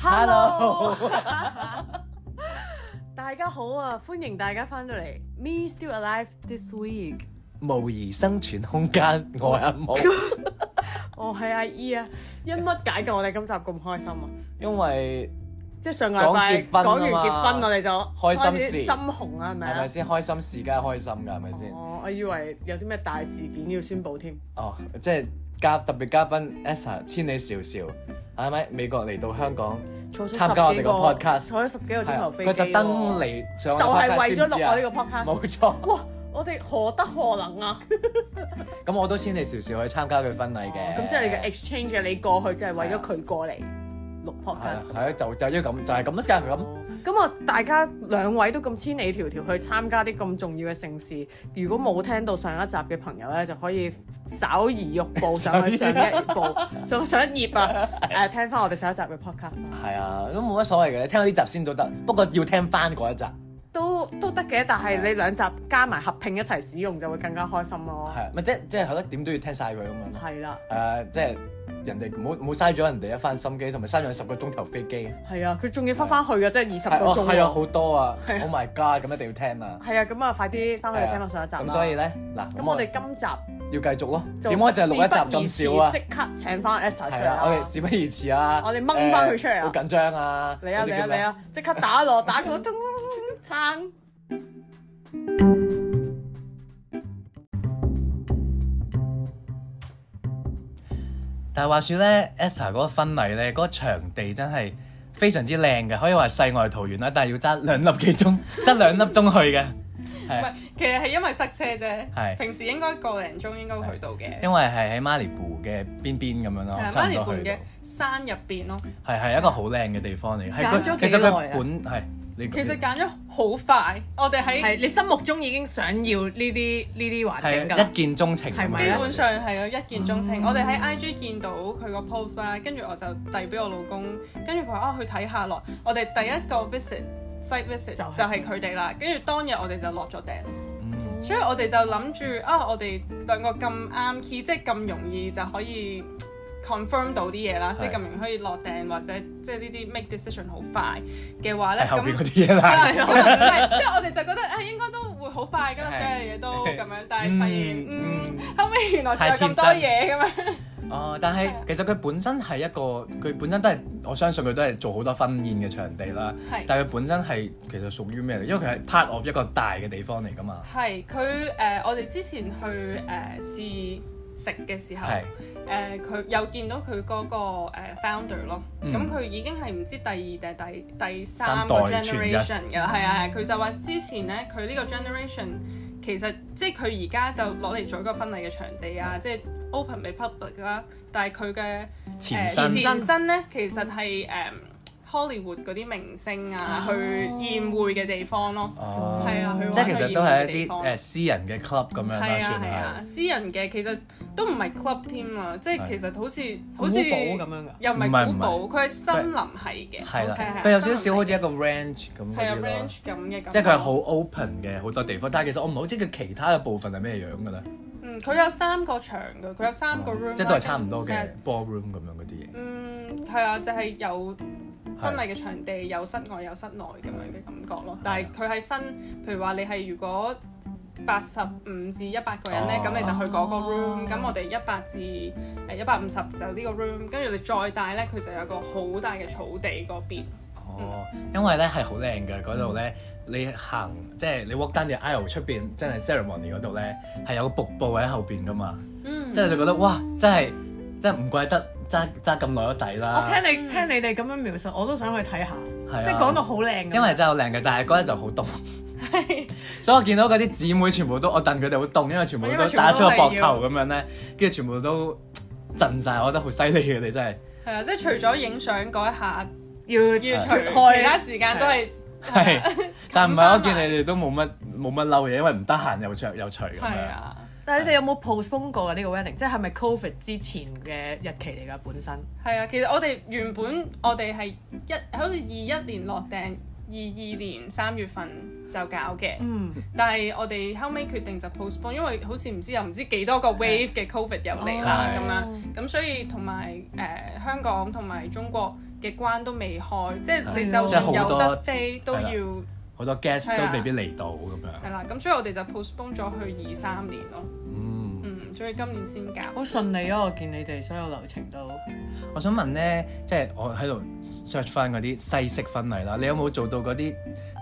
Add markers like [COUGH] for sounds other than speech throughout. [LAUGHS] 大家好啊，歡迎大家翻到嚟。Me still alive this week，無疑生存空 [LAUGHS] 間，我係阿毛，我係阿姨啊。因乜解救我哋今集咁開心啊？因為即係上個禮拜講結婚講啊嘛完結婚，我哋就開心開始事心紅啦，係咪係咪啊？先開心事，梗係開心㗎，係咪先？哦，我以為有啲咩大事件要宣佈添。哦，即係嘉特別嘉賓 Esther 千里迢迢，係咪美國嚟到香港？坐咗參加我十哋幾個個 podcast 啊坐咗十幾個鐘頭飛機佢喎，特登嚟上就係係為咗錄我 [LAUGHS] 呢個 podcast。啊冇錯，哇！我哋何德何能啊？咁我都千里迢迢去參加佢婚禮哦嘅。咁即係你嘅 exchange 嘅，你過去就係為咗佢過嚟錄係啊 podcast。係啊，就就要咁，就係咁啦，梗係咁。咁啊，大家兩位都咁千里迢迢去參加啲咁重要嘅盛事，如果冇聽到上一集嘅朋友咧，就可以稍移玉 [LAUGHS] 步上去上一步，上上一頁啊！誒，聽翻我哋上一集嘅 podcast 係啊，都冇乜所謂嘅，聽呢集先都得，不過要聽翻嗰一集。都都得嘅，但係你兩集加埋合拼一齊使用就會更加開心咯。係，啊咪即係即係係咯，點都要聽晒佢咁樣。係啦，誒、呃即係人哋唔好唔好嘥咗人哋一番心機，同埋嘥咗十個鐘頭飛機。係啊，佢仲要翻翻去嘅，即係二十係個哦，鐘係啊，喎。好多啊係啊！Oh my god，咁一定要聽啊！係啊，咁啊，快啲翻係去啊聽翻上一集啦。咁所以咧，嗱，咁我哋今集要繼續咯。就點解就係錄一集事咁不宜少啊遲？即刻請翻 Esther 出係啊嚟啊啦，我啦哋。事不宜遲啊！我哋掹返佢出嚟啊誒好緊張啊！嚟啊嚟嗰啲叫啊咩嚟！啊！即刻打落打個咚撐。但係話說咧，Esther 嗰個婚禮咧，嗰、個場地真係非常之靚嘅，可以話世外桃源啦。但係要揸兩粒幾鐘， [LAUGHS] 揸兩粒鐘去嘅，唔係係，其實係因為塞車啫。係平時應該個零鐘應該會去到嘅。因為係喺馬尼湖嘅邊邊咁樣咯，啊係差馬唔尼多去盤到嘅。山入邊咯，係係一個好靚嘅地方嚟，係揀佢咗幾其實耐佢啊本係你其實揀咗好快。我哋喺係你心目中已經想要呢啲呢啲環境㗎係啊啦一，見鐘情咁樣，係咪基啊本上係咯一見鐘情。我哋喺 IG 見到佢個 post 啦，跟住我就遞俾我老公，跟住佢話啊去睇下咯。我哋第一個 visit site visit 就係就係佢哋啦，跟住當日我哋就落咗訂。嗯所以我哋就諗住啊，我哋兩個咁啱 key，即係咁容易就可以 confirm 到啲嘢啦，係即係咁容易可以落訂或者即係呢啲 make decision 好快嘅話咧，係後咁邊嗰啲嘢係啦。啦咁就唔係即係我哋就覺得啊應該都會好快㗎啦，係所有 [LAUGHS] 嘢都係咁樣，但係發現嗯嗯嗯後尾原來仲有咁多太天嘢咁樣， [LAUGHS] 哦，但係其實佢本身係一個，佢本身都係我相信佢都係做好多婚宴嘅場地啦。係但係佢本身係其實屬於咩嚟？因為佢係 part of 一個大嘅地方嚟㗎嘛。係佢誒，我哋之前去誒試食嘅時候。係誒佢、又見到佢嗰、個、呃 founder 咯，嗯咁佢、已經係唔知第二定係第第三三代個傳人 generation 嘅啦，係啊係，佢就話之前咧佢呢個 generation 其實即係佢而家就攞嚟做一個婚禮嘅場地啊，即係 open 俾 public 啦，但係佢嘅前呃身前前身咧其實係誒、Hollywood 嗰啲明星啊去宴會嘅地方咯，哦，係啊，佢即係話其佢實都係宴會嘅一地啲方誒私人嘅 club 咁樣啦，係啊係啊算，私人嘅其實都唔係 club 添啊，即係係其實好似好好似似寶咁樣㗎。啊又唔嗯唔係係唔古係堡，佢係森林係嘅，係係啦係。佢有少少好似森一個 ranch 咁林係嗰啊啲咯 range。咁嘅感覺，即係佢係好 open 嘅好多地方，但係其實我唔係好知佢其他嘅部分係咩樣㗎咧。嗯，佢有三個場嘅，佢有三個 room，哦即係都係差唔多嘅誒 ballroom 咁樣嗰啲嘢。嗯，係啊，就係有婚係禮嘅場地，有室外有室內咁樣嘅感覺咯。但係佢係分，譬如話你係如果八十五至一百個人咧，哦咁你就去嗰個哦 room，咁我哋一百至誒一百五十就呢個 room，跟住你再大咧，佢就有個好大嘅草地嗰邊。哦，因為咧係好靚嘅嗰度咧，你行即係你 walk down the aisle 出邊，真係 ceremony 嗰度咧係有個瀑布喺後邊㗎嘛，嗯即係就覺得哇，真係真係唔怪得揸揸咁耐都抵我啦。聽你聽你哋咁樣描述，我都想去睇下，啊係啊即係講到好靚咁。因為真係好靚嘅，但係嗰日就好凍，所以我見到嗰啲姊妹全部都我戥佢哋好凍，因為全部因為都全部打出個都係膊要頭咁樣咧，跟住全部都震晒，我覺得好犀利嘅你真係。係啊，即係除咗影相嗰一下，要要除脫開其他時間都係啊係，但唔係我見你哋都冇乜冇乜嬲嘢，因為唔得閒又着又除咁係樣。啊，但係你哋有冇 postpone 過㗎啊呢個 wedding？即係係咪 covid 之前嘅日期嚟㗎本身？係啊。其實我哋原本我哋係一好似二一年落訂，二二年三月份就搞嘅，嗯，但係我哋後尾決定就 postpone，因為好似唔知又唔知幾多個 wave 嘅 covid 又嚟啦係咁樣，咁所以同埋誒香港同埋中國嘅關都未開，即係係你咯就即係算好有多得飛都係啦要好多 guest 係啊都啦未必嚟到咁樣。係啦。咁所以我哋就 postpone 咗去二三年咯。嗯，嗯，所以今年先搞。好順利啊！我見你哋所有流程都我想問咧，即係我喺度 search 翻嗰啲西式婚禮啦，你有冇做到嗰啲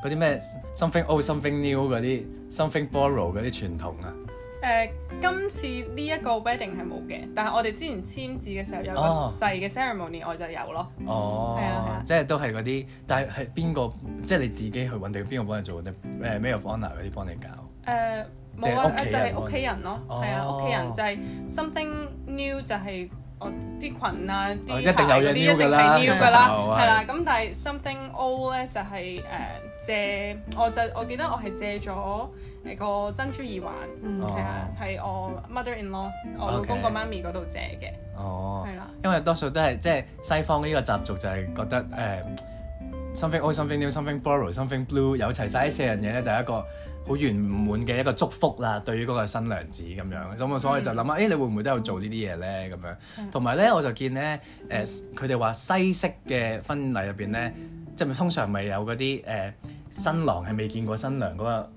嗰啲咩 something old something new 嗰啲 something borrow 嗰啲傳統啊？誒、今次呢一個 wedding 係冇嘅，但係我哋之前簽字嘅時候有個哦細嘅 ceremony，我就有咯。係啊係哦啊，即係都係嗰啲，但係係邊個？即係你自己去揾定邊個幫你做定誒 maid of honour 嗰啲幫你搞？誒定冇係啊屋企，人就係屋企人咯，哦係啊，屋企人就係 something new 就係我啲裙啊、哦啲一鞋定有嗰嘢啲 new 一定㗎啦係 new 其實㗎啦，就係係啦。咁但係 something old 咧就係誒借，我就我記得我係借咗誒個珍珠耳嗯環，係啊，係我 mother in law 我老公個哦 OK 媽咪嗰度借嘅，哦，係啦。因為多數都係即係西方呢個習俗就係覺得誒、something old something new something borrow something blue 有齊晒呢四樣嘢咧，就係一個好圓滿嘅一個祝福啦。對於嗰個新娘子咁樣，咁我所以就諗啊下，誒、你會唔會都有做呢啲嘢咧？咁嗯樣，同埋咧我就見咧誒，佢哋話西式嘅婚禮入邊咧，即係啊通常咪有嗰啲誒新郎係未見過新娘嗰個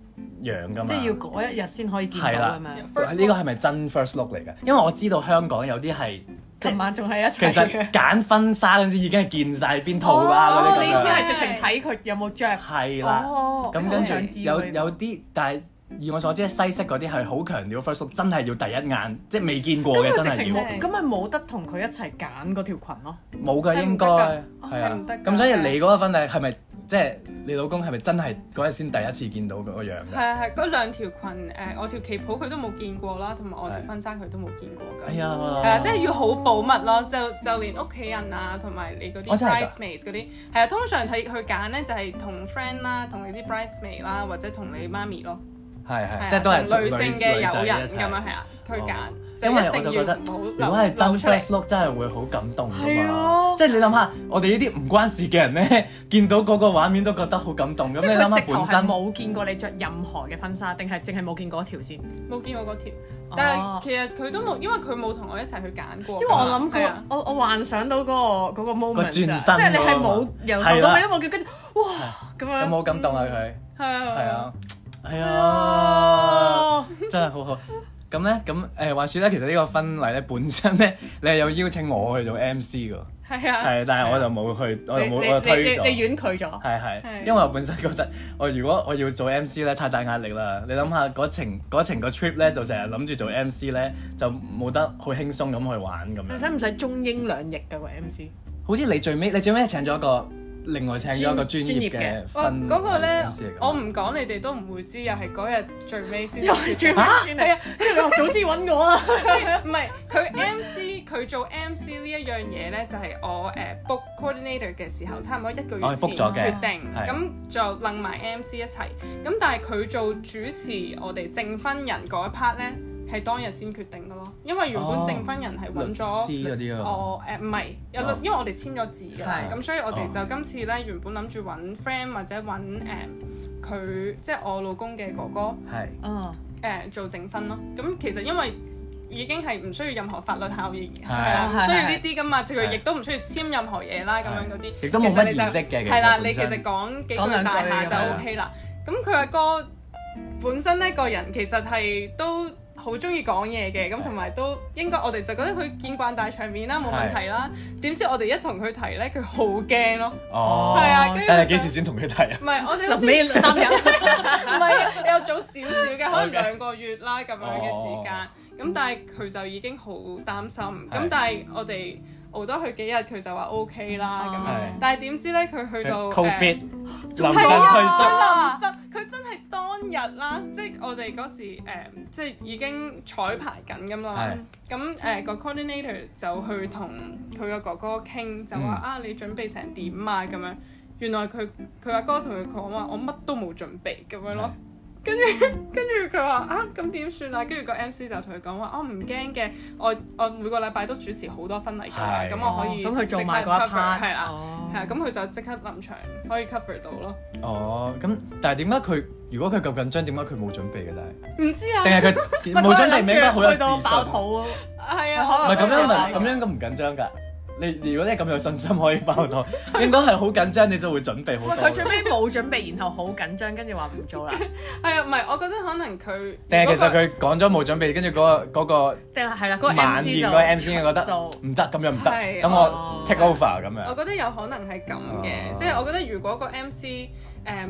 樣噶嘛，即係要嗰一日先可以見到啊係啦咁樣。 First 呢個係咪真 first look 嚟㗎？因為我知道香港有啲係。琴晚仲喺一其齊實嘅。揀婚紗嗰陣時已經係見晒邊套啦，啊哦嗰啲你意咁思樣係直情睇佢有冇着？係啦。哦，咁我想跟住知有喎呢個有啲，但係以我所知，西式嗰啲係好強調 first look，真係要第一眼，即係未見過咁嘅佢真直係情要冇，咁咪冇得同佢一齊揀嗰條裙咯。冇㗎，係應唔該得㗎係係啊唔得。㗎咁所以你嗰個婚禮係咪即係你老公係咪真係嗰日先第一次見到嗰個樣係㗎？啊係，嗰兩條裙誒、我條旗袍佢都冇見過啦，同埋我條係婚紗佢都冇見過㗎。哎呀，係啊，即係要好保密咯，就就連屋企人啊，同埋你嗰哦啲真係㗎 bridesmaids 嗰啲，係啊，通常係去揀咧就係同 friend 啦，同你啲 bridesmaid 啦，或者同你媽咪咯，係係係，啊即係都係同女性嘅友人咁咁樣係啊，去哦揀，因為一我定就覺要得，唔好如流果係真流出嚟 first look，真係會好感動㗎係嘛咯。即係你諗下，我哋呢啲唔關事嘅人咧， [LAUGHS] 見到嗰個畫面都覺得好感動。咁即你係諗佢下直頭本係身，冇見過你着任何嘅婚紗，定係淨係冇見過一條先？因冇見過嗰條，哦但係其實佢都冇，因為佢冇同我一齊去揀過㗎嘛。為我諗係啊過，我我幻想到嗰個嗰個 moment 個轉身啊即係你係冇由頭係到啦尾都冇見，跟住哇咁樣。有冇感動啊？佢係啊係啊，係啊，哦真係好好。咁咧，咁誒話説咧，其實呢個婚禮咧本身咧，你係有邀請我去做 MC 㗎，係啊，係，但係我就冇去，我就你冇你我就你推你咗你。婉拒咗。係係，係因為我本身覺得我如果我要做 MC 咧，太大壓力啦。你諗下嗰程嗰程個 trip 咧，就成日諗住做 MC 咧，就冇得好輕鬆咁去玩咁你樣。使唔使中英兩譯㗎個 MC？好似你最尾，你最尾請咗一個另外請咗一個專專專業業嘅哇！分嗰個咧 MC 嚟㗎，我唔講你哋都唔會知，又係嗰日最尾先知。又係最尾先係嚟啊，跟住你話早知揾 [LAUGHS] 我啦。唔係佢 MC 佢做 MC 呢一樣嘢咧，就係我誒 book coordinator 嘅時候，差唔多一個我係月前哦 book 咗嘅決定，係咁就楞埋 MC 一齊。咁但係佢做主持我哋證婚人嗰一 part 咧，係當日先決定嘅咯，因為原本哦證婚人係揾律咗。師嗰啲啊，我誒唔係有律哦，因為我哋簽咗字㗎啦，係哦咁所以我哋就今次咧原本諗住揾 friend 或者揾誒佢，即係我老公嘅哥哥係啊，誒做證婚咯。咁其實因為已經係唔需要任何法律效應，係啊係啦，唔需要呢啲㗎嘛，即係係佢亦都唔需要簽任何嘢啦，咁樣嗰亦啲都冇乜其實你就儀式嘅其實係啦，本你其身實講幾講兩句句大下就咁樣 OK 啦。咁佢阿哥本身呢個人其實係都。好中意講嘢嘅，咁同埋都應該我哋就覺得佢見慣大場面啦，冇問題啦。點知我哋一同佢提咧，佢好驚咯。哦，係啊跟住但係就幾時先同佢提啊？唔係，我哋好臨似尾 [LAUGHS] 三日。唔係又早少少嘅，可 Okay 能兩個月啦咁樣嘅時哦間。咁但係佢就已經好擔心。係咁但係我哋熬多佢幾日，佢就話 O K 啦咁哦係樣。但係點知咧，佢去 [LAUGHS] 到 Covid 誒臨陣仲退係啊縮。佢臨執，佢真係當日啦，嗯即係我哋嗰時誒，即係已經彩排緊咁啦係。咁誒個 coordinator 就去同佢個哥哥傾，就話嗯啊你準備成點啊咁樣。原來佢佢阿哥同佢講話，我乜都冇準備咁樣咯。跟住跟住佢話啊，咁點算啊？跟住個 MC 就同佢講話，我啊唔驚嘅，我我每個禮拜都主持好多婚禮㗎啦，係咁我可以哦咁佢做即刻埋嗰 cover，一 part。係啦，哦係啊，咁佢就即刻臨場可以 cover 到咯。哦，咁但係點解佢如果佢咁緊張，點解佢冇準備嘅？唔 [LAUGHS] 知啊，但係定係佢冇準備，咪應該好有去到自爆信。肚啊！係唔啊，係咁樣咪咪咁樣咁唔緊張㗎。你如果你咁有信心可以包到， [LAUGHS] 應該係好緊張，你就會準備好多啊佢。最尾冇準備，然後好緊張，跟住話唔 [LAUGHS] 做啦，係啊，唔係，我覺得可能佢但係其實如果佢講咗冇準備，跟住嗰個嗰個定係係啦，嗰個晚 MC 宴就嗰個 MC 覺得就唔得，咁樣唔得，係咁哦我 take over 咁我樣。覺得有可能係咁嘅，啊即係我覺得如果個 MC 誒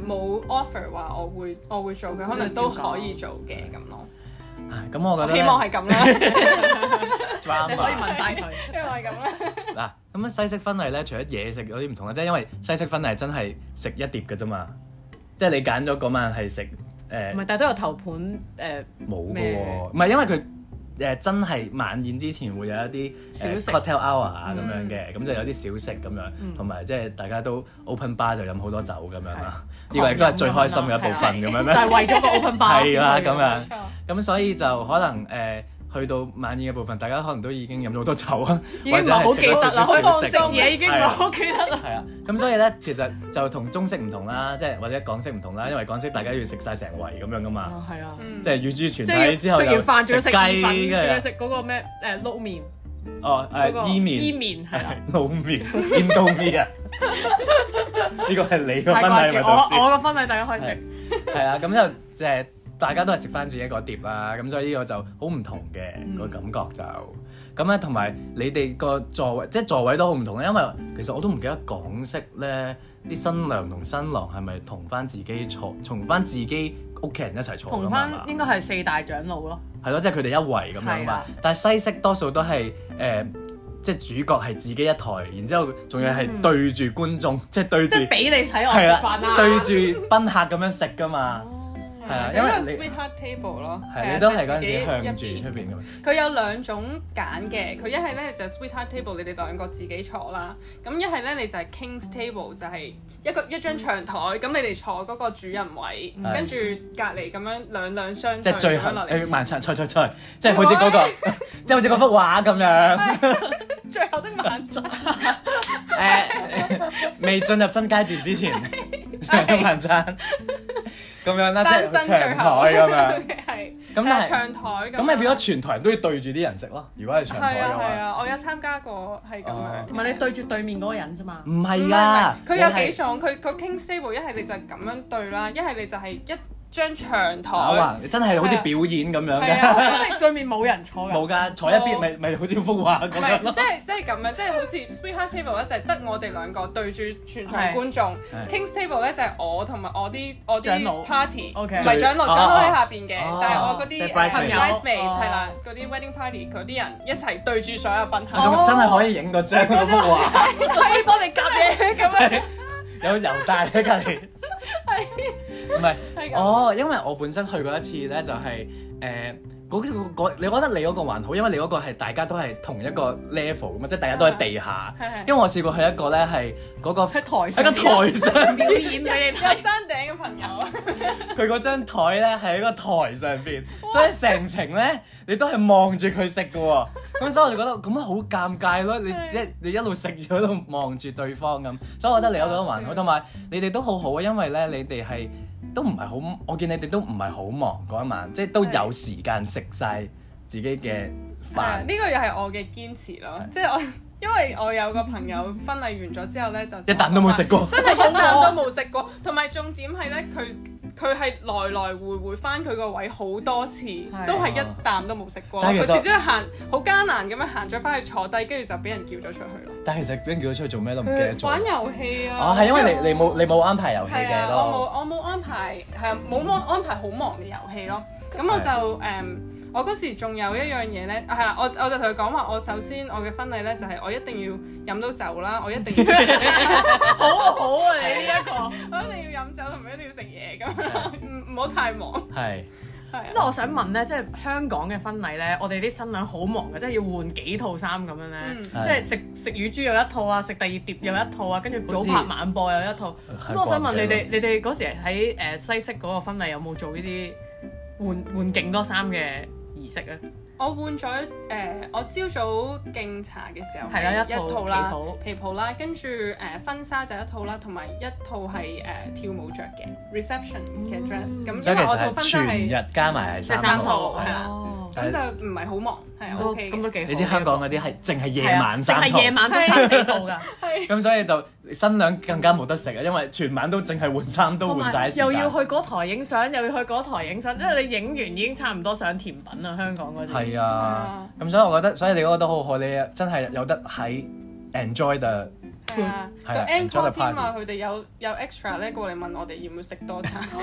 冇 offer 話我會我會做，佢可能咁都照講可以做嘅咁咯。唉咁我我覺得希望係 [LAUGHS] 咁啦，你可以問 drama 翻佢。[LAUGHS] 希望係咁啦。嗱，咁西式婚禮咧，除咗嘢食有啲唔同啦，即係因為西式婚禮真係食一碟嘅啫嘛，即係你揀咗嗰晚係食誒唔係，但係都有頭盤 [LAUGHS] 誒冇嘅咩喎，唔係因為佢誒真係晚宴之前會有一啲誒小食嗯 cocktail hour 啊咁樣嘅，咁就有啲小食咁樣，同埋即係大家都 open bar 就飲好多酒咁樣啦，呢個亦都係最開心嘅一部分咁樣 [LAUGHS] 就啊係咧，為咗個 open bar 係啦咁啊樣冇。錯咁所以就可能誒。去到晚宴嘅部分，大家可能都已經飲咗好多酒 [LAUGHS] 啊，已經唔係好記得啦，或佢者係食食咗少少嘢已經唔係係啊好記得啦。係啊，咁所以咧，其實就同中式唔同啦，即係或者港式唔同啦，因為港式大家要食晒成圍咁樣噶嘛，啊，係啊，嗯即係乳豬全即係體之後食完飯仲就要食意粉，雞仲要跟住食嗰個咩誒撈麵哦嗰個誒伊伊麵麵係 [LAUGHS] 啊啦。係老麵 [LAUGHS] Indomie 啊，呢個係你個太婚掛禮住咪我到時我個婚禮大家可以食係係啊啦，咁就即係大家都係食翻自己嗰碟啦，咁所以呢個就好唔同嗯嘅個感覺就咁咧，同埋你哋個座位即係座位都好唔同咧，因為其實我都唔記得港式咧啲新娘同新郎係咪同翻自己坐，同翻自己屋企人一齊坐㗎同嘛翻係嘛應該係四大長老咯，係咯，即係佢哋一圍咁樣係嘛啊。但係西式多數都係誒、呃即係主角係自己一台，然之後仲要嗯係對住觀眾， [LAUGHS] 即係對即住係俾你啊睇我係食 [LAUGHS] 啦哦飯，啦。對住賓客咁樣食㗎嘛。係啊係因為因為你 sweetheart table 咯，啊係，你都係嗰陣自己時向住一邊出邊咁。佢有兩種揀嗯嘅，佢一係咧就 sweetheart table，你哋兩個自己坐啦。咁一係咧你就係 king's table，就係一個一張長台，咁你哋坐嗰個主人位，嗯係跟住隔離咁樣兩兩相即對係最咁後樣落嚟，誒萬層菜菜菜，即係好似嗰個， [LAUGHS] 即係好似嗰幅畫咁 [LAUGHS] 樣。最後的 [LAUGHS] 晚餐。誒，未進入新階段之 [LAUGHS] 前，最後萬餐咁樣啦，即係單身長最台後咁樣。 [LAUGHS] 係咁但係長台咁樣，咁咪變咗全台人都要對住啲人食咯。如果係長台係嘅啊係話，啊，我有參加過係咁樣哦，唔係你對住對面嗰個人啫嘛。唔唔係係唔係啊，佢有你係幾種，佢佢 king's table 一係你就咁樣對啦，一係你就係一張長台。打橫，真啊係好似表演咁樣啊係嘅，啊，因為對面冇人坐冇㗎，㗎，坐一邊咪咪好似幅畫唔咁樣係，咯即。係即係咁樣，即係好似 Sweetheart Table 咧，就係得我哋兩個對住全場係觀眾係；King's Table 咧就係我同埋我啲我長老啲 party，唔 OK 係長老，最長老喺下邊嘅哦哦哦，但係我嗰即係啲 bridesmaid bridesmaids 哦係啦，嗰啲 wedding party 嗰啲人一齊對住所有賓客，咁真係可以影個張哦嗰幅畫，可以幫你夾嘢 [LAUGHS] 咁樣。有郵帶喺隔離。唔係。係咁哦，因為我本身去過一次咧，就係誒嗰嗰你覺得你嗰個還好，因為你嗰個係大家都係同一個 level 咁啊，即係大家都喺地下。係係因為我試過去一個咧係嗰個喺台喺上個台上邊，表演俾你有睇，山頂嘅朋友，佢嗰張台咧係喺個台上邊，所以成程咧你都係望住佢食嘅喎。咁所以我就覺得咁啊樣好尷尬咯，你即係你一路食住喺度望住對方咁，所以我覺得你嗰個還好，同埋你哋都好好啊，因為咧你哋係都唔係好，我見你哋都唔係好忙嗰一晚，即係都有時間食晒自己嘅係啊飯呢。個又係我嘅堅持咯，即係我因為我有個朋友婚禮完咗之後咧就一啖都冇食過，真係一啖都冇食過，同埋重點係咧，佢佢係來來回回翻佢個位好多次，都係一啖都冇食過。啊但係佢其實只係行好艱難咁樣行咗翻去坐低，跟住就俾人叫咗出去咯。但係其實俾人叫咗出去做咩都唔記得咗。玩遊戲啊！哦，係因為你你冇你冇安排遊戲係啊嘅，咯。我冇我冇安排係啊冇安安排好忙嘅遊戲咯。咁我就誒。我嗰時仲有一樣嘢咧，啊係啦，我我就同佢講話，我首先我嘅婚禮咧就係我一定要飲到酒啦，我一定要好啊好啊你呢一個。我一定要飲酒同埋一定要食嘢咁樣，唔唔好太忙。係係啊。咁我想問咧，即係香港嘅婚禮咧，我哋啲新娘好忙嘅，即係要換幾套衫咁樣咧，嗯即係食食乳豬有一套啊，食第二碟有一套啊，跟住早好拍似晚播有一套。係咁我想問你慣哋，你哋嗰時喺誒西式嗰個婚禮有冇做呢啲換換勁多衫嘅儀式啊？我換咗誒、呃我朝早敬茶嘅時候係啦一套套啦旗袍，皮袍啦，跟住誒婚紗就一套啦，同埋一套係誒、呃跳舞着嘅 reception 嘅 dress。咁、嗯所以因其為實我套係婚紗全係日加埋係即係三三套套係啦哦咁就唔係好忙，係哦都 OK 咁嘅。都幾好。你知香港嗰啲係淨係夜晚係啊三淨係夜堂，晚都三四套㗎，咁所以就新娘更加冇得食啊，因為全晚都淨係換衫都同換晒埋時間又要去嗰台影相，又要去嗰台影相，即係你影完已經差唔多上甜品啦。香港嗰啲係啊，咁所以我覺得，所以你嗰個都好好，你真係有得喺 enjoy the 係啊，個係啊 M enjoy the call 添啊， party 佢哋有有 extra 咧過嚟問我哋要唔要食多餐，哦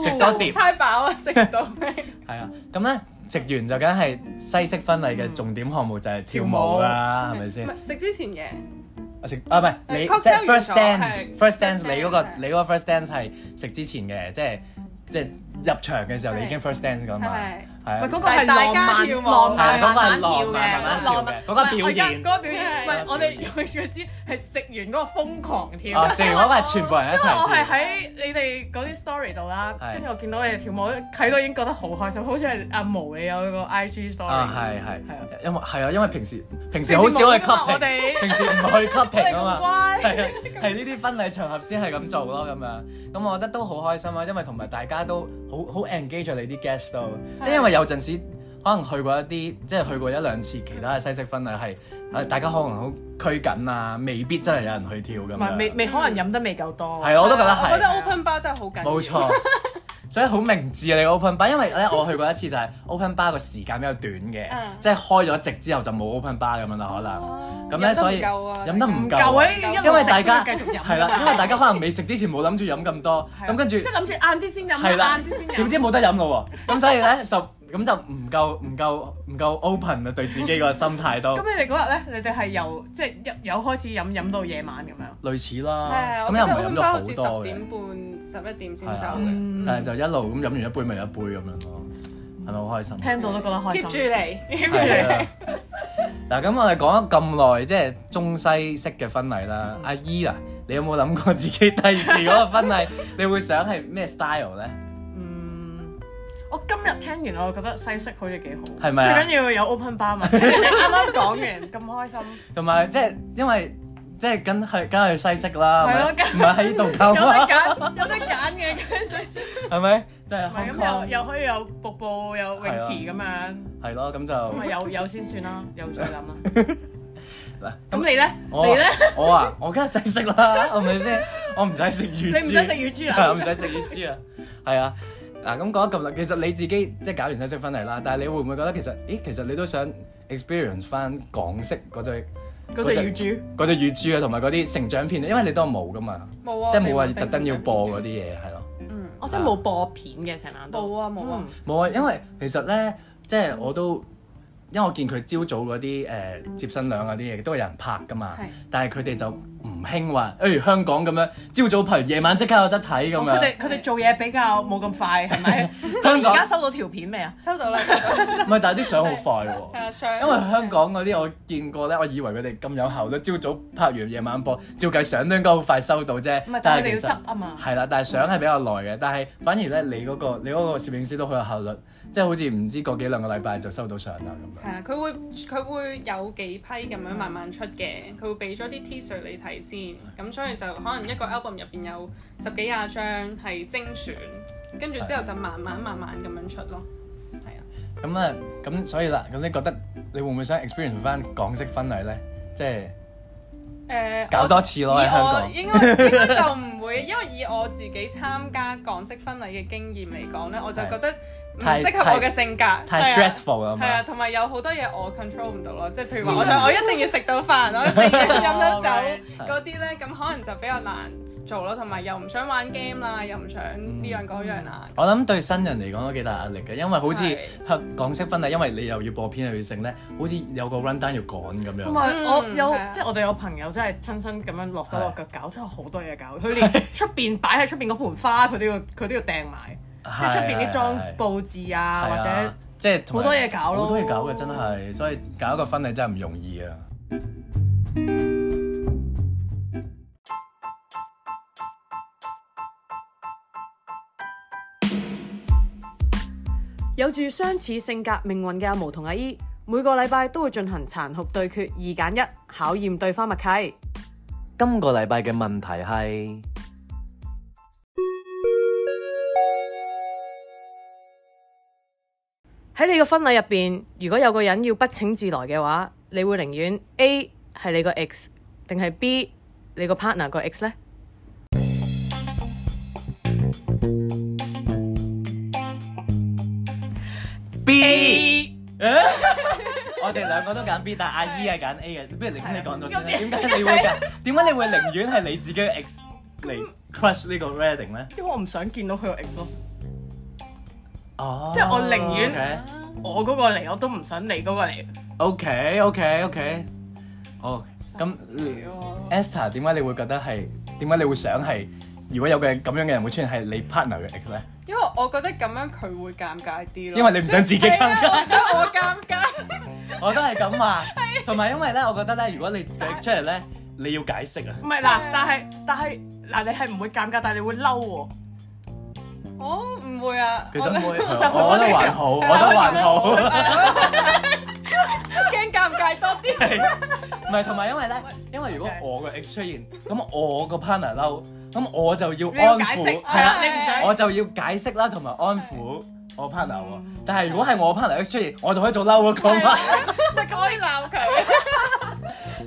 食多碟。 [LAUGHS] 太飽啦，食唔到咩？ [LAUGHS] 係啊，咁咧食完就梗係西式婚禮嗯嘅重點項目就係跳舞啦，啊係咪先唔？係食之前嘅，啊食啊唔係你即 cocktail 係 first 完咗 dance 係 first dance first 你嗰個 dance，係你嗰個 first dance 係食之前嘅，即係即係入場嘅時候你已經 first dance 㗎嘛，係係喂，啊。嗰個係浪大家漫跳舞浪漫係嗰個係慢慢浪跳漫慢慢嘅，跳嘅浪漫嗰個唔係表演我而家嗰個表演，係喂，我哋我哋知係食完嗰個瘋狂跳啊，。食完嗰個係全部人 [LAUGHS] 一因為我係齊跳，喺你哋嗰啲 story 度啦，係跟住我見到你哋跳舞，睇到已經覺得好開心，好似係阿毛你有個 IG story，啊係係係啊，因為係啊，因為平時平時好少去平時冇㗎嘛我 clubbing，哋平時唔去 clubbing 啊我哋咁嘛。乖，係啊，係呢啲婚禮場合先係咁做咯，咁樣咁我覺得都好開心啊，因為同埋大家都好好 engage 你啲 guest 都，即係因為有陣時可能去過一啲，即係去過一兩次其他嘅西式婚禮係，誒大家可能好拘謹啊，未必真係有人去跳咁唔係未樣，未可能飲得未夠多，係啊我都覺得我覺得係， open bar 真係好緊要。冇錯。所以好明智啊！你個 open bar，因為咧我去過一次就係 open bar 個時間比較短嘅嗯，即係開咗席之後就冇 open bar 咁樣啦，哦可能咁咧所以飲得唔飲得唔夠啊唔夠夠啊啊！一路因為食大家都要繼續飲㗎嘛，係啦，因為大家可能未食之前冇諗住飲咁多，啊咁跟住即係諗住晏啲先飲係啦啊，晏啲先飲。點知冇得飲咯喎，咁所以咧就咁就唔夠唔夠唔夠 open 啊，對自己個心態都咁你哋嗰日咧，你哋係由即係一有開始飲飲到夜晚咁樣。類似啦，係哦啊咁又唔係我飲咗覺得 open bar 好好似十多嘅，點半、十一點先係收啊嘅但係就一路咁飲完一杯咪一杯咁樣咯，係咪好開心？聽到都覺得開心。 ，keep 住嚟，keep 住係嚟。啊嗱，咁我哋講咗咁耐，即係中西式嘅婚禮啦。嗯阿姨啊，你有冇諗過自己第時嗰個婚禮，你會想係咩 style 咧？嗯，我今日聽完我覺得西式好似幾好，係咪最啊緊要有 open bar [LAUGHS] 嘛。你啱啱講完咁開心，同埋即係因為即係梗係梗係西式啦，係係咯咪唔係喺度搞有得啊，揀，有得揀嘅，梗係 [LAUGHS] 西式。係咪？即係唔係 Hong 咁 Kong 又又可以有瀑布，有泳池咁樣，係啊咯，咁就咁咪有有先算啦，有 [LAUGHS] 再諗啦。嗱咁你咧？我你咧？我啊，我梗係西 [LAUGHS] 式啦，係咪先？我唔使食你乳唔使食豬，乳豬係我唔啦。使食乳豬啊，係啊。嗱咁講咗咁耐，其實你自己即係搞完西式婚禮啦，但係你會唔會覺得其實，咦，其實你都想 experience 翻港式嗰隻嗰隻乳豬，嗰隻乳豬啊，同埋嗰啲成長片啊，因為你都冇噶嘛，冇啊，即係冇我話哋特登要播嗰啲整嘢係咯。整整整。嗯，我真係冇播片嘅成晚都。冇啊冇啊。嗯冇啊，因為其實咧，即係我都，因為我見佢朝早嗰啲誒接新娘嗰啲嘢都有人拍噶嘛係，但係佢哋就唔興話，誒、香港咁樣朝早拍，夜晚即刻有得睇咁哦佢樣。哋佢哋做嘢比較冇咁快，係 [LAUGHS] 咪？香佢港而家收到條片未啊？收到啦，收 [LAUGHS] 到啦唔係，但係啲相好快係喎。啊，上因為香港嗰啲我見過咧，我以為佢哋咁有效率，朝早拍完夜晚播，照計相都應該好快收到啫唔係，。但但係佢哋係其要實執啊嘛。係啦，但係相係比較耐嘅，但係反而咧你嗰、個你嗰個攝影師都好有效率，即係好似唔知過幾兩個禮拜就收到相啦咁樣。係啊，佢會佢會有幾批咁嗯樣慢慢出嘅，佢會俾咗啲 T 恤你睇先，咁所以就可能一個 album 入邊有十幾廿張係精選，跟住之後就慢慢慢慢咁樣出咯，係啊。咁啊，咁所以啦，咁你覺得你會唔會想 experience 翻港式婚禮咧？即係誒、搞我多次咯喺香港以我應該應該就唔會， [LAUGHS] 因為以我自己參加港式婚禮嘅經驗嚟講咧，我就覺得唔太適合我嘅性格，太係啊 stressful 啦係啊，嘛。同埋有好多嘢我 control 唔到咯，即係譬如話，嗯我想我一定要食到飯，我一定 [LAUGHS] 要飲到酒 Alright 嗰啲咧，咁可能就比較難做咯，同埋又唔想玩 game 啦，又唔想嗯呢樣嗰樣啊啦。我諗對新人嚟講都幾大壓力嘅，因為好似係香港式婚禮，因為你又要播片又要剩咧，好似有個 run down 要趕同咁樣。埋我嗯有係啊即係我哋有朋友真係親身咁樣落手落腳嗯搞，真係好多嘢搞。佢 [LAUGHS] 連出邊擺喺出邊嗰盆花，佢都要佢都要掟埋，即係出邊啲裝啊係佈置係啊，啊或者即係同埋好多嘢搞咯好多嘢搞嘅真係，所以搞一個婚禮真係唔容易啊！有住相似性格命運嘅阿毛同阿姨，每個禮拜都會進行殘酷對決二揀一，考驗對方默契。今個禮拜嘅問題係。喺你個婚禮入邊，如果有個人要不請自來嘅話，你會寧願 A 係你個 x 定係 B 你個 partner 個 x 呢？ B，我哋兩個都揀 B，但阿姨係揀 A 嘅。不如你咁你講咗先啦，點解你會揀？點解你會寧願係你自己嘅 x 嚟 crush 呢個 reading 咧？因為我唔想見到佢個 x 咯，哦，即係我寧願我嗰個嚟我都唔想你嗰個嚟。 OK OK OK，哦，咁係喎 Esther 點解你會覺得係點解你會想係如果有嘅咁樣嘅人會出現係你 partner 嘅 x 咧？因為我覺得咁樣佢會尷尬啲咯。因為你唔想自己係尷啊尬。我想我尷尬。我都係咁話，同埋因為咧，我覺得咧，如果你出嚟咧，你要解釋啊。唔係係嗱啊，但係但係嗱，你係唔會尷尬，但係你會嬲喎。我唔會啊，其實我唔會，但係我覺得還好，我係覺啦得還好。 [LAUGHS] 驚尷尬多啲。唔係，同埋因為咧，因為如果我嘅 ex 出現，咁我個 partner 嬲，咁我就要你要安解釋撫，係係啦，啦，你唔想我就要解釋啦，同埋安撫我 partner 喎。但係如果係我 partner ex 出現，我就可以做嬲嗰個嘛，啊咪啊可以鬧佢。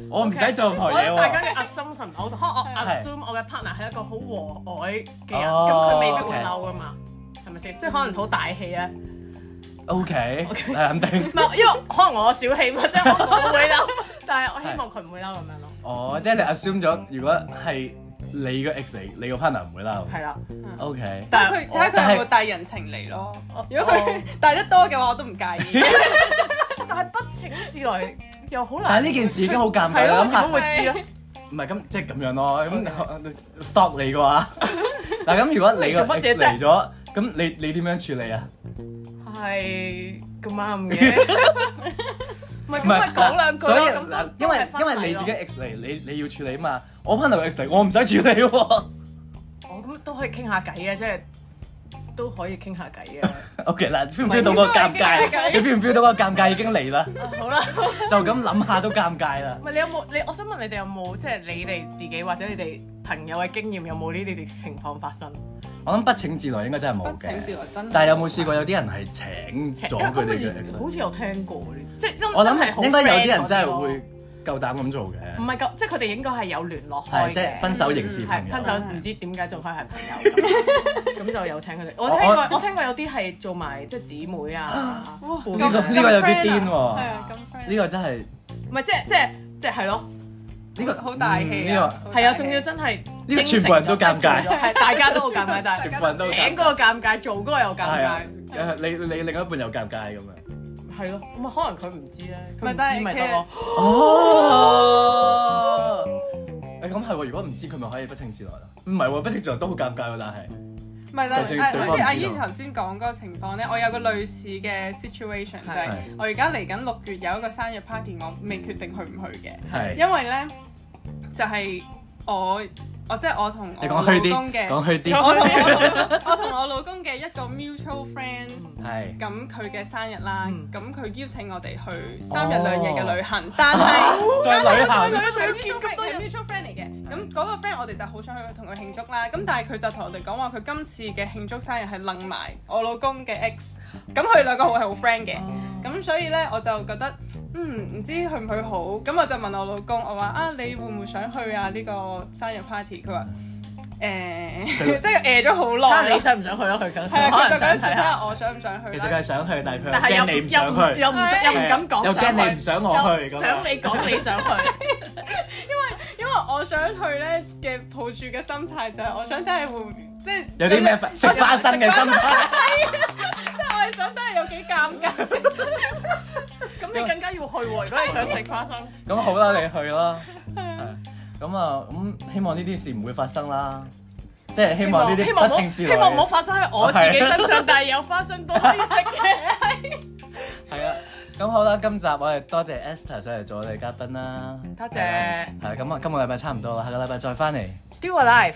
我唔使做任何我覺嘢得大家喎。哦嘅 assumption 唔好同，可能我係 assume 我嘅 partner 係一個好和藹嘅人，哦咁佢未必會 okay 嬲噶嘛，係咪先？即係可能好大氣啊， O K，肯定唔。係因為可能我小氣嘛，即係可能我會嬲，但係我希望佢唔會嬲咁樣 [LAUGHS] 咯，哦，即係你 assume 咗，如果係你嘅 ex 嚟，你個 partner 唔會嬲。係啦。 O K。但佢係睇下佢有冇帶人情嚟咯。哦如果佢帶得多嘅話，我都唔介 [LAUGHS] 意。但係不請自來又好難但係，呢件事已經好尷尬係啦，咯，諗點下樣會知咧？唔係咁即係咁樣咯，咁 stop 你嘅 [LAUGHS] 話，嗱咁如果你個做乜 ex 嘢啫嚟咗，咁你你點樣處理啊？係咁 [LAUGHS] 啱嘅，唔係咁係咪講兩句所以咯。嗱咁，因為因為你自己 ex 嚟，你你要處理嘛，我 partner ex 嚟，我唔使處理喎。 [LAUGHS] 我咁都可以傾下偈嘅，即係都可以傾下 [LAUGHS] 偈嘅。 OK 嗱，feel 唔 feel 到個尷尬？你 feel 唔 feel 到個尷尬已經嚟啦？啊好啦。就咁諗下都尷尬啦唔。係你有冇你？我想問你哋有冇即係你哋自己或者你哋朋友嘅經驗有冇呢啲情況發生？我諗不請自來應該真係冇不請自嘅，來真係。但係有冇試過有啲人係請咗佢哋嘅 ex？好似有聽過呢啲，即係真我真係諗哦好應該有啲 friend 嗰人真咯係會夠膽咁做嘅唔。係咁，即係佢哋應該係有聯絡開係嘅，嗯即係分手刑事朋係友，分手唔知點解仲可以係 [LAUGHS] 朋友咁，咁就有請佢哋。我聽過我聽過有啲係做埋即係姊妹啊，哇伴侶呢個呢個有啲癲喎係啊，咁 friend 呢個真係唔係即係即係即係係咯，呢個嗯好大氣呢個啊！係啊，仲要真係呢個全部人都尷尬應承咗係大家都好尷尬，但係全部人都尷尬請嗰個尷尬，做嗰個又尷係啊尬。，誒你你另一半又尷尬咁樣。係咯，咁啊可能佢唔知咧，唔佢係唔但係知咪其得實咯。哦，誒咁係喎，如果唔知佢咪可以不請自來啦。唔係喎，不請自來都好尷尬喎，但係唔係，但就係算對誒好似方阿唔知姨道頭先講嗰個情況咧，我有個類似嘅 situation 就係係係我而家嚟緊六月有一個生日 party，我未決定去唔去嘅，係因為咧就係我我即係我同我你老講虛公啲，嘅，講我虛同啲，我老我同我老公嘅一個 mutual friend。係咁佢嘅生日啦嗯，哦咁佢、邀請我哋去三日兩夜嘅旅行，但 [LAUGHS] 係。再旅行係仲要見啊咁多係人 mutual friend 嚟嘅，咁嗰個 friend 我哋就好想去同佢慶祝啦。咁但係佢就同我哋講話，佢今次嘅慶祝生日係楞埋我老公嘅 ex，咁佢兩個好係好 friend 嘅。咁所以呢，我就覺得，嗯，唔知去唔去好。咁我就問我老公，我話啊，你會唔會想去啊呢個生日 party？佢話 [LAUGHS] 誒，即係誒咗好睇下哦 [LAUGHS] 耐你啦。想唔想去咯？佢梗係啊，佢可能就咁想樣算睇啦下，，我想唔想去其實啦？佢係想去，但係佢但係又又驚你唔又想去，啊又唔又唔敢講，又驚你唔想我去，想你講你想去，因為我想去呢嘅抱住嘅心態就係我想睇下會唔會即係有啲咩食花生嘅心態。我係想都係有幾尷尬，咁你更加要去喎。如果你想食花生，咁好啦，你去啦。係咁啊，咁希望呢啲事唔會發生啦。即係希望呢希啲望不請自希來。望唔好發生喺我自己身上，但係有花生都可以食嘅。係啊，咁好啦，今集我哋多謝 Esther 上嚟做我哋嘉賓啦。多謝係啊。係啊咁啊，今個禮拜差唔多啦，下個禮拜再翻嚟。 Still alive。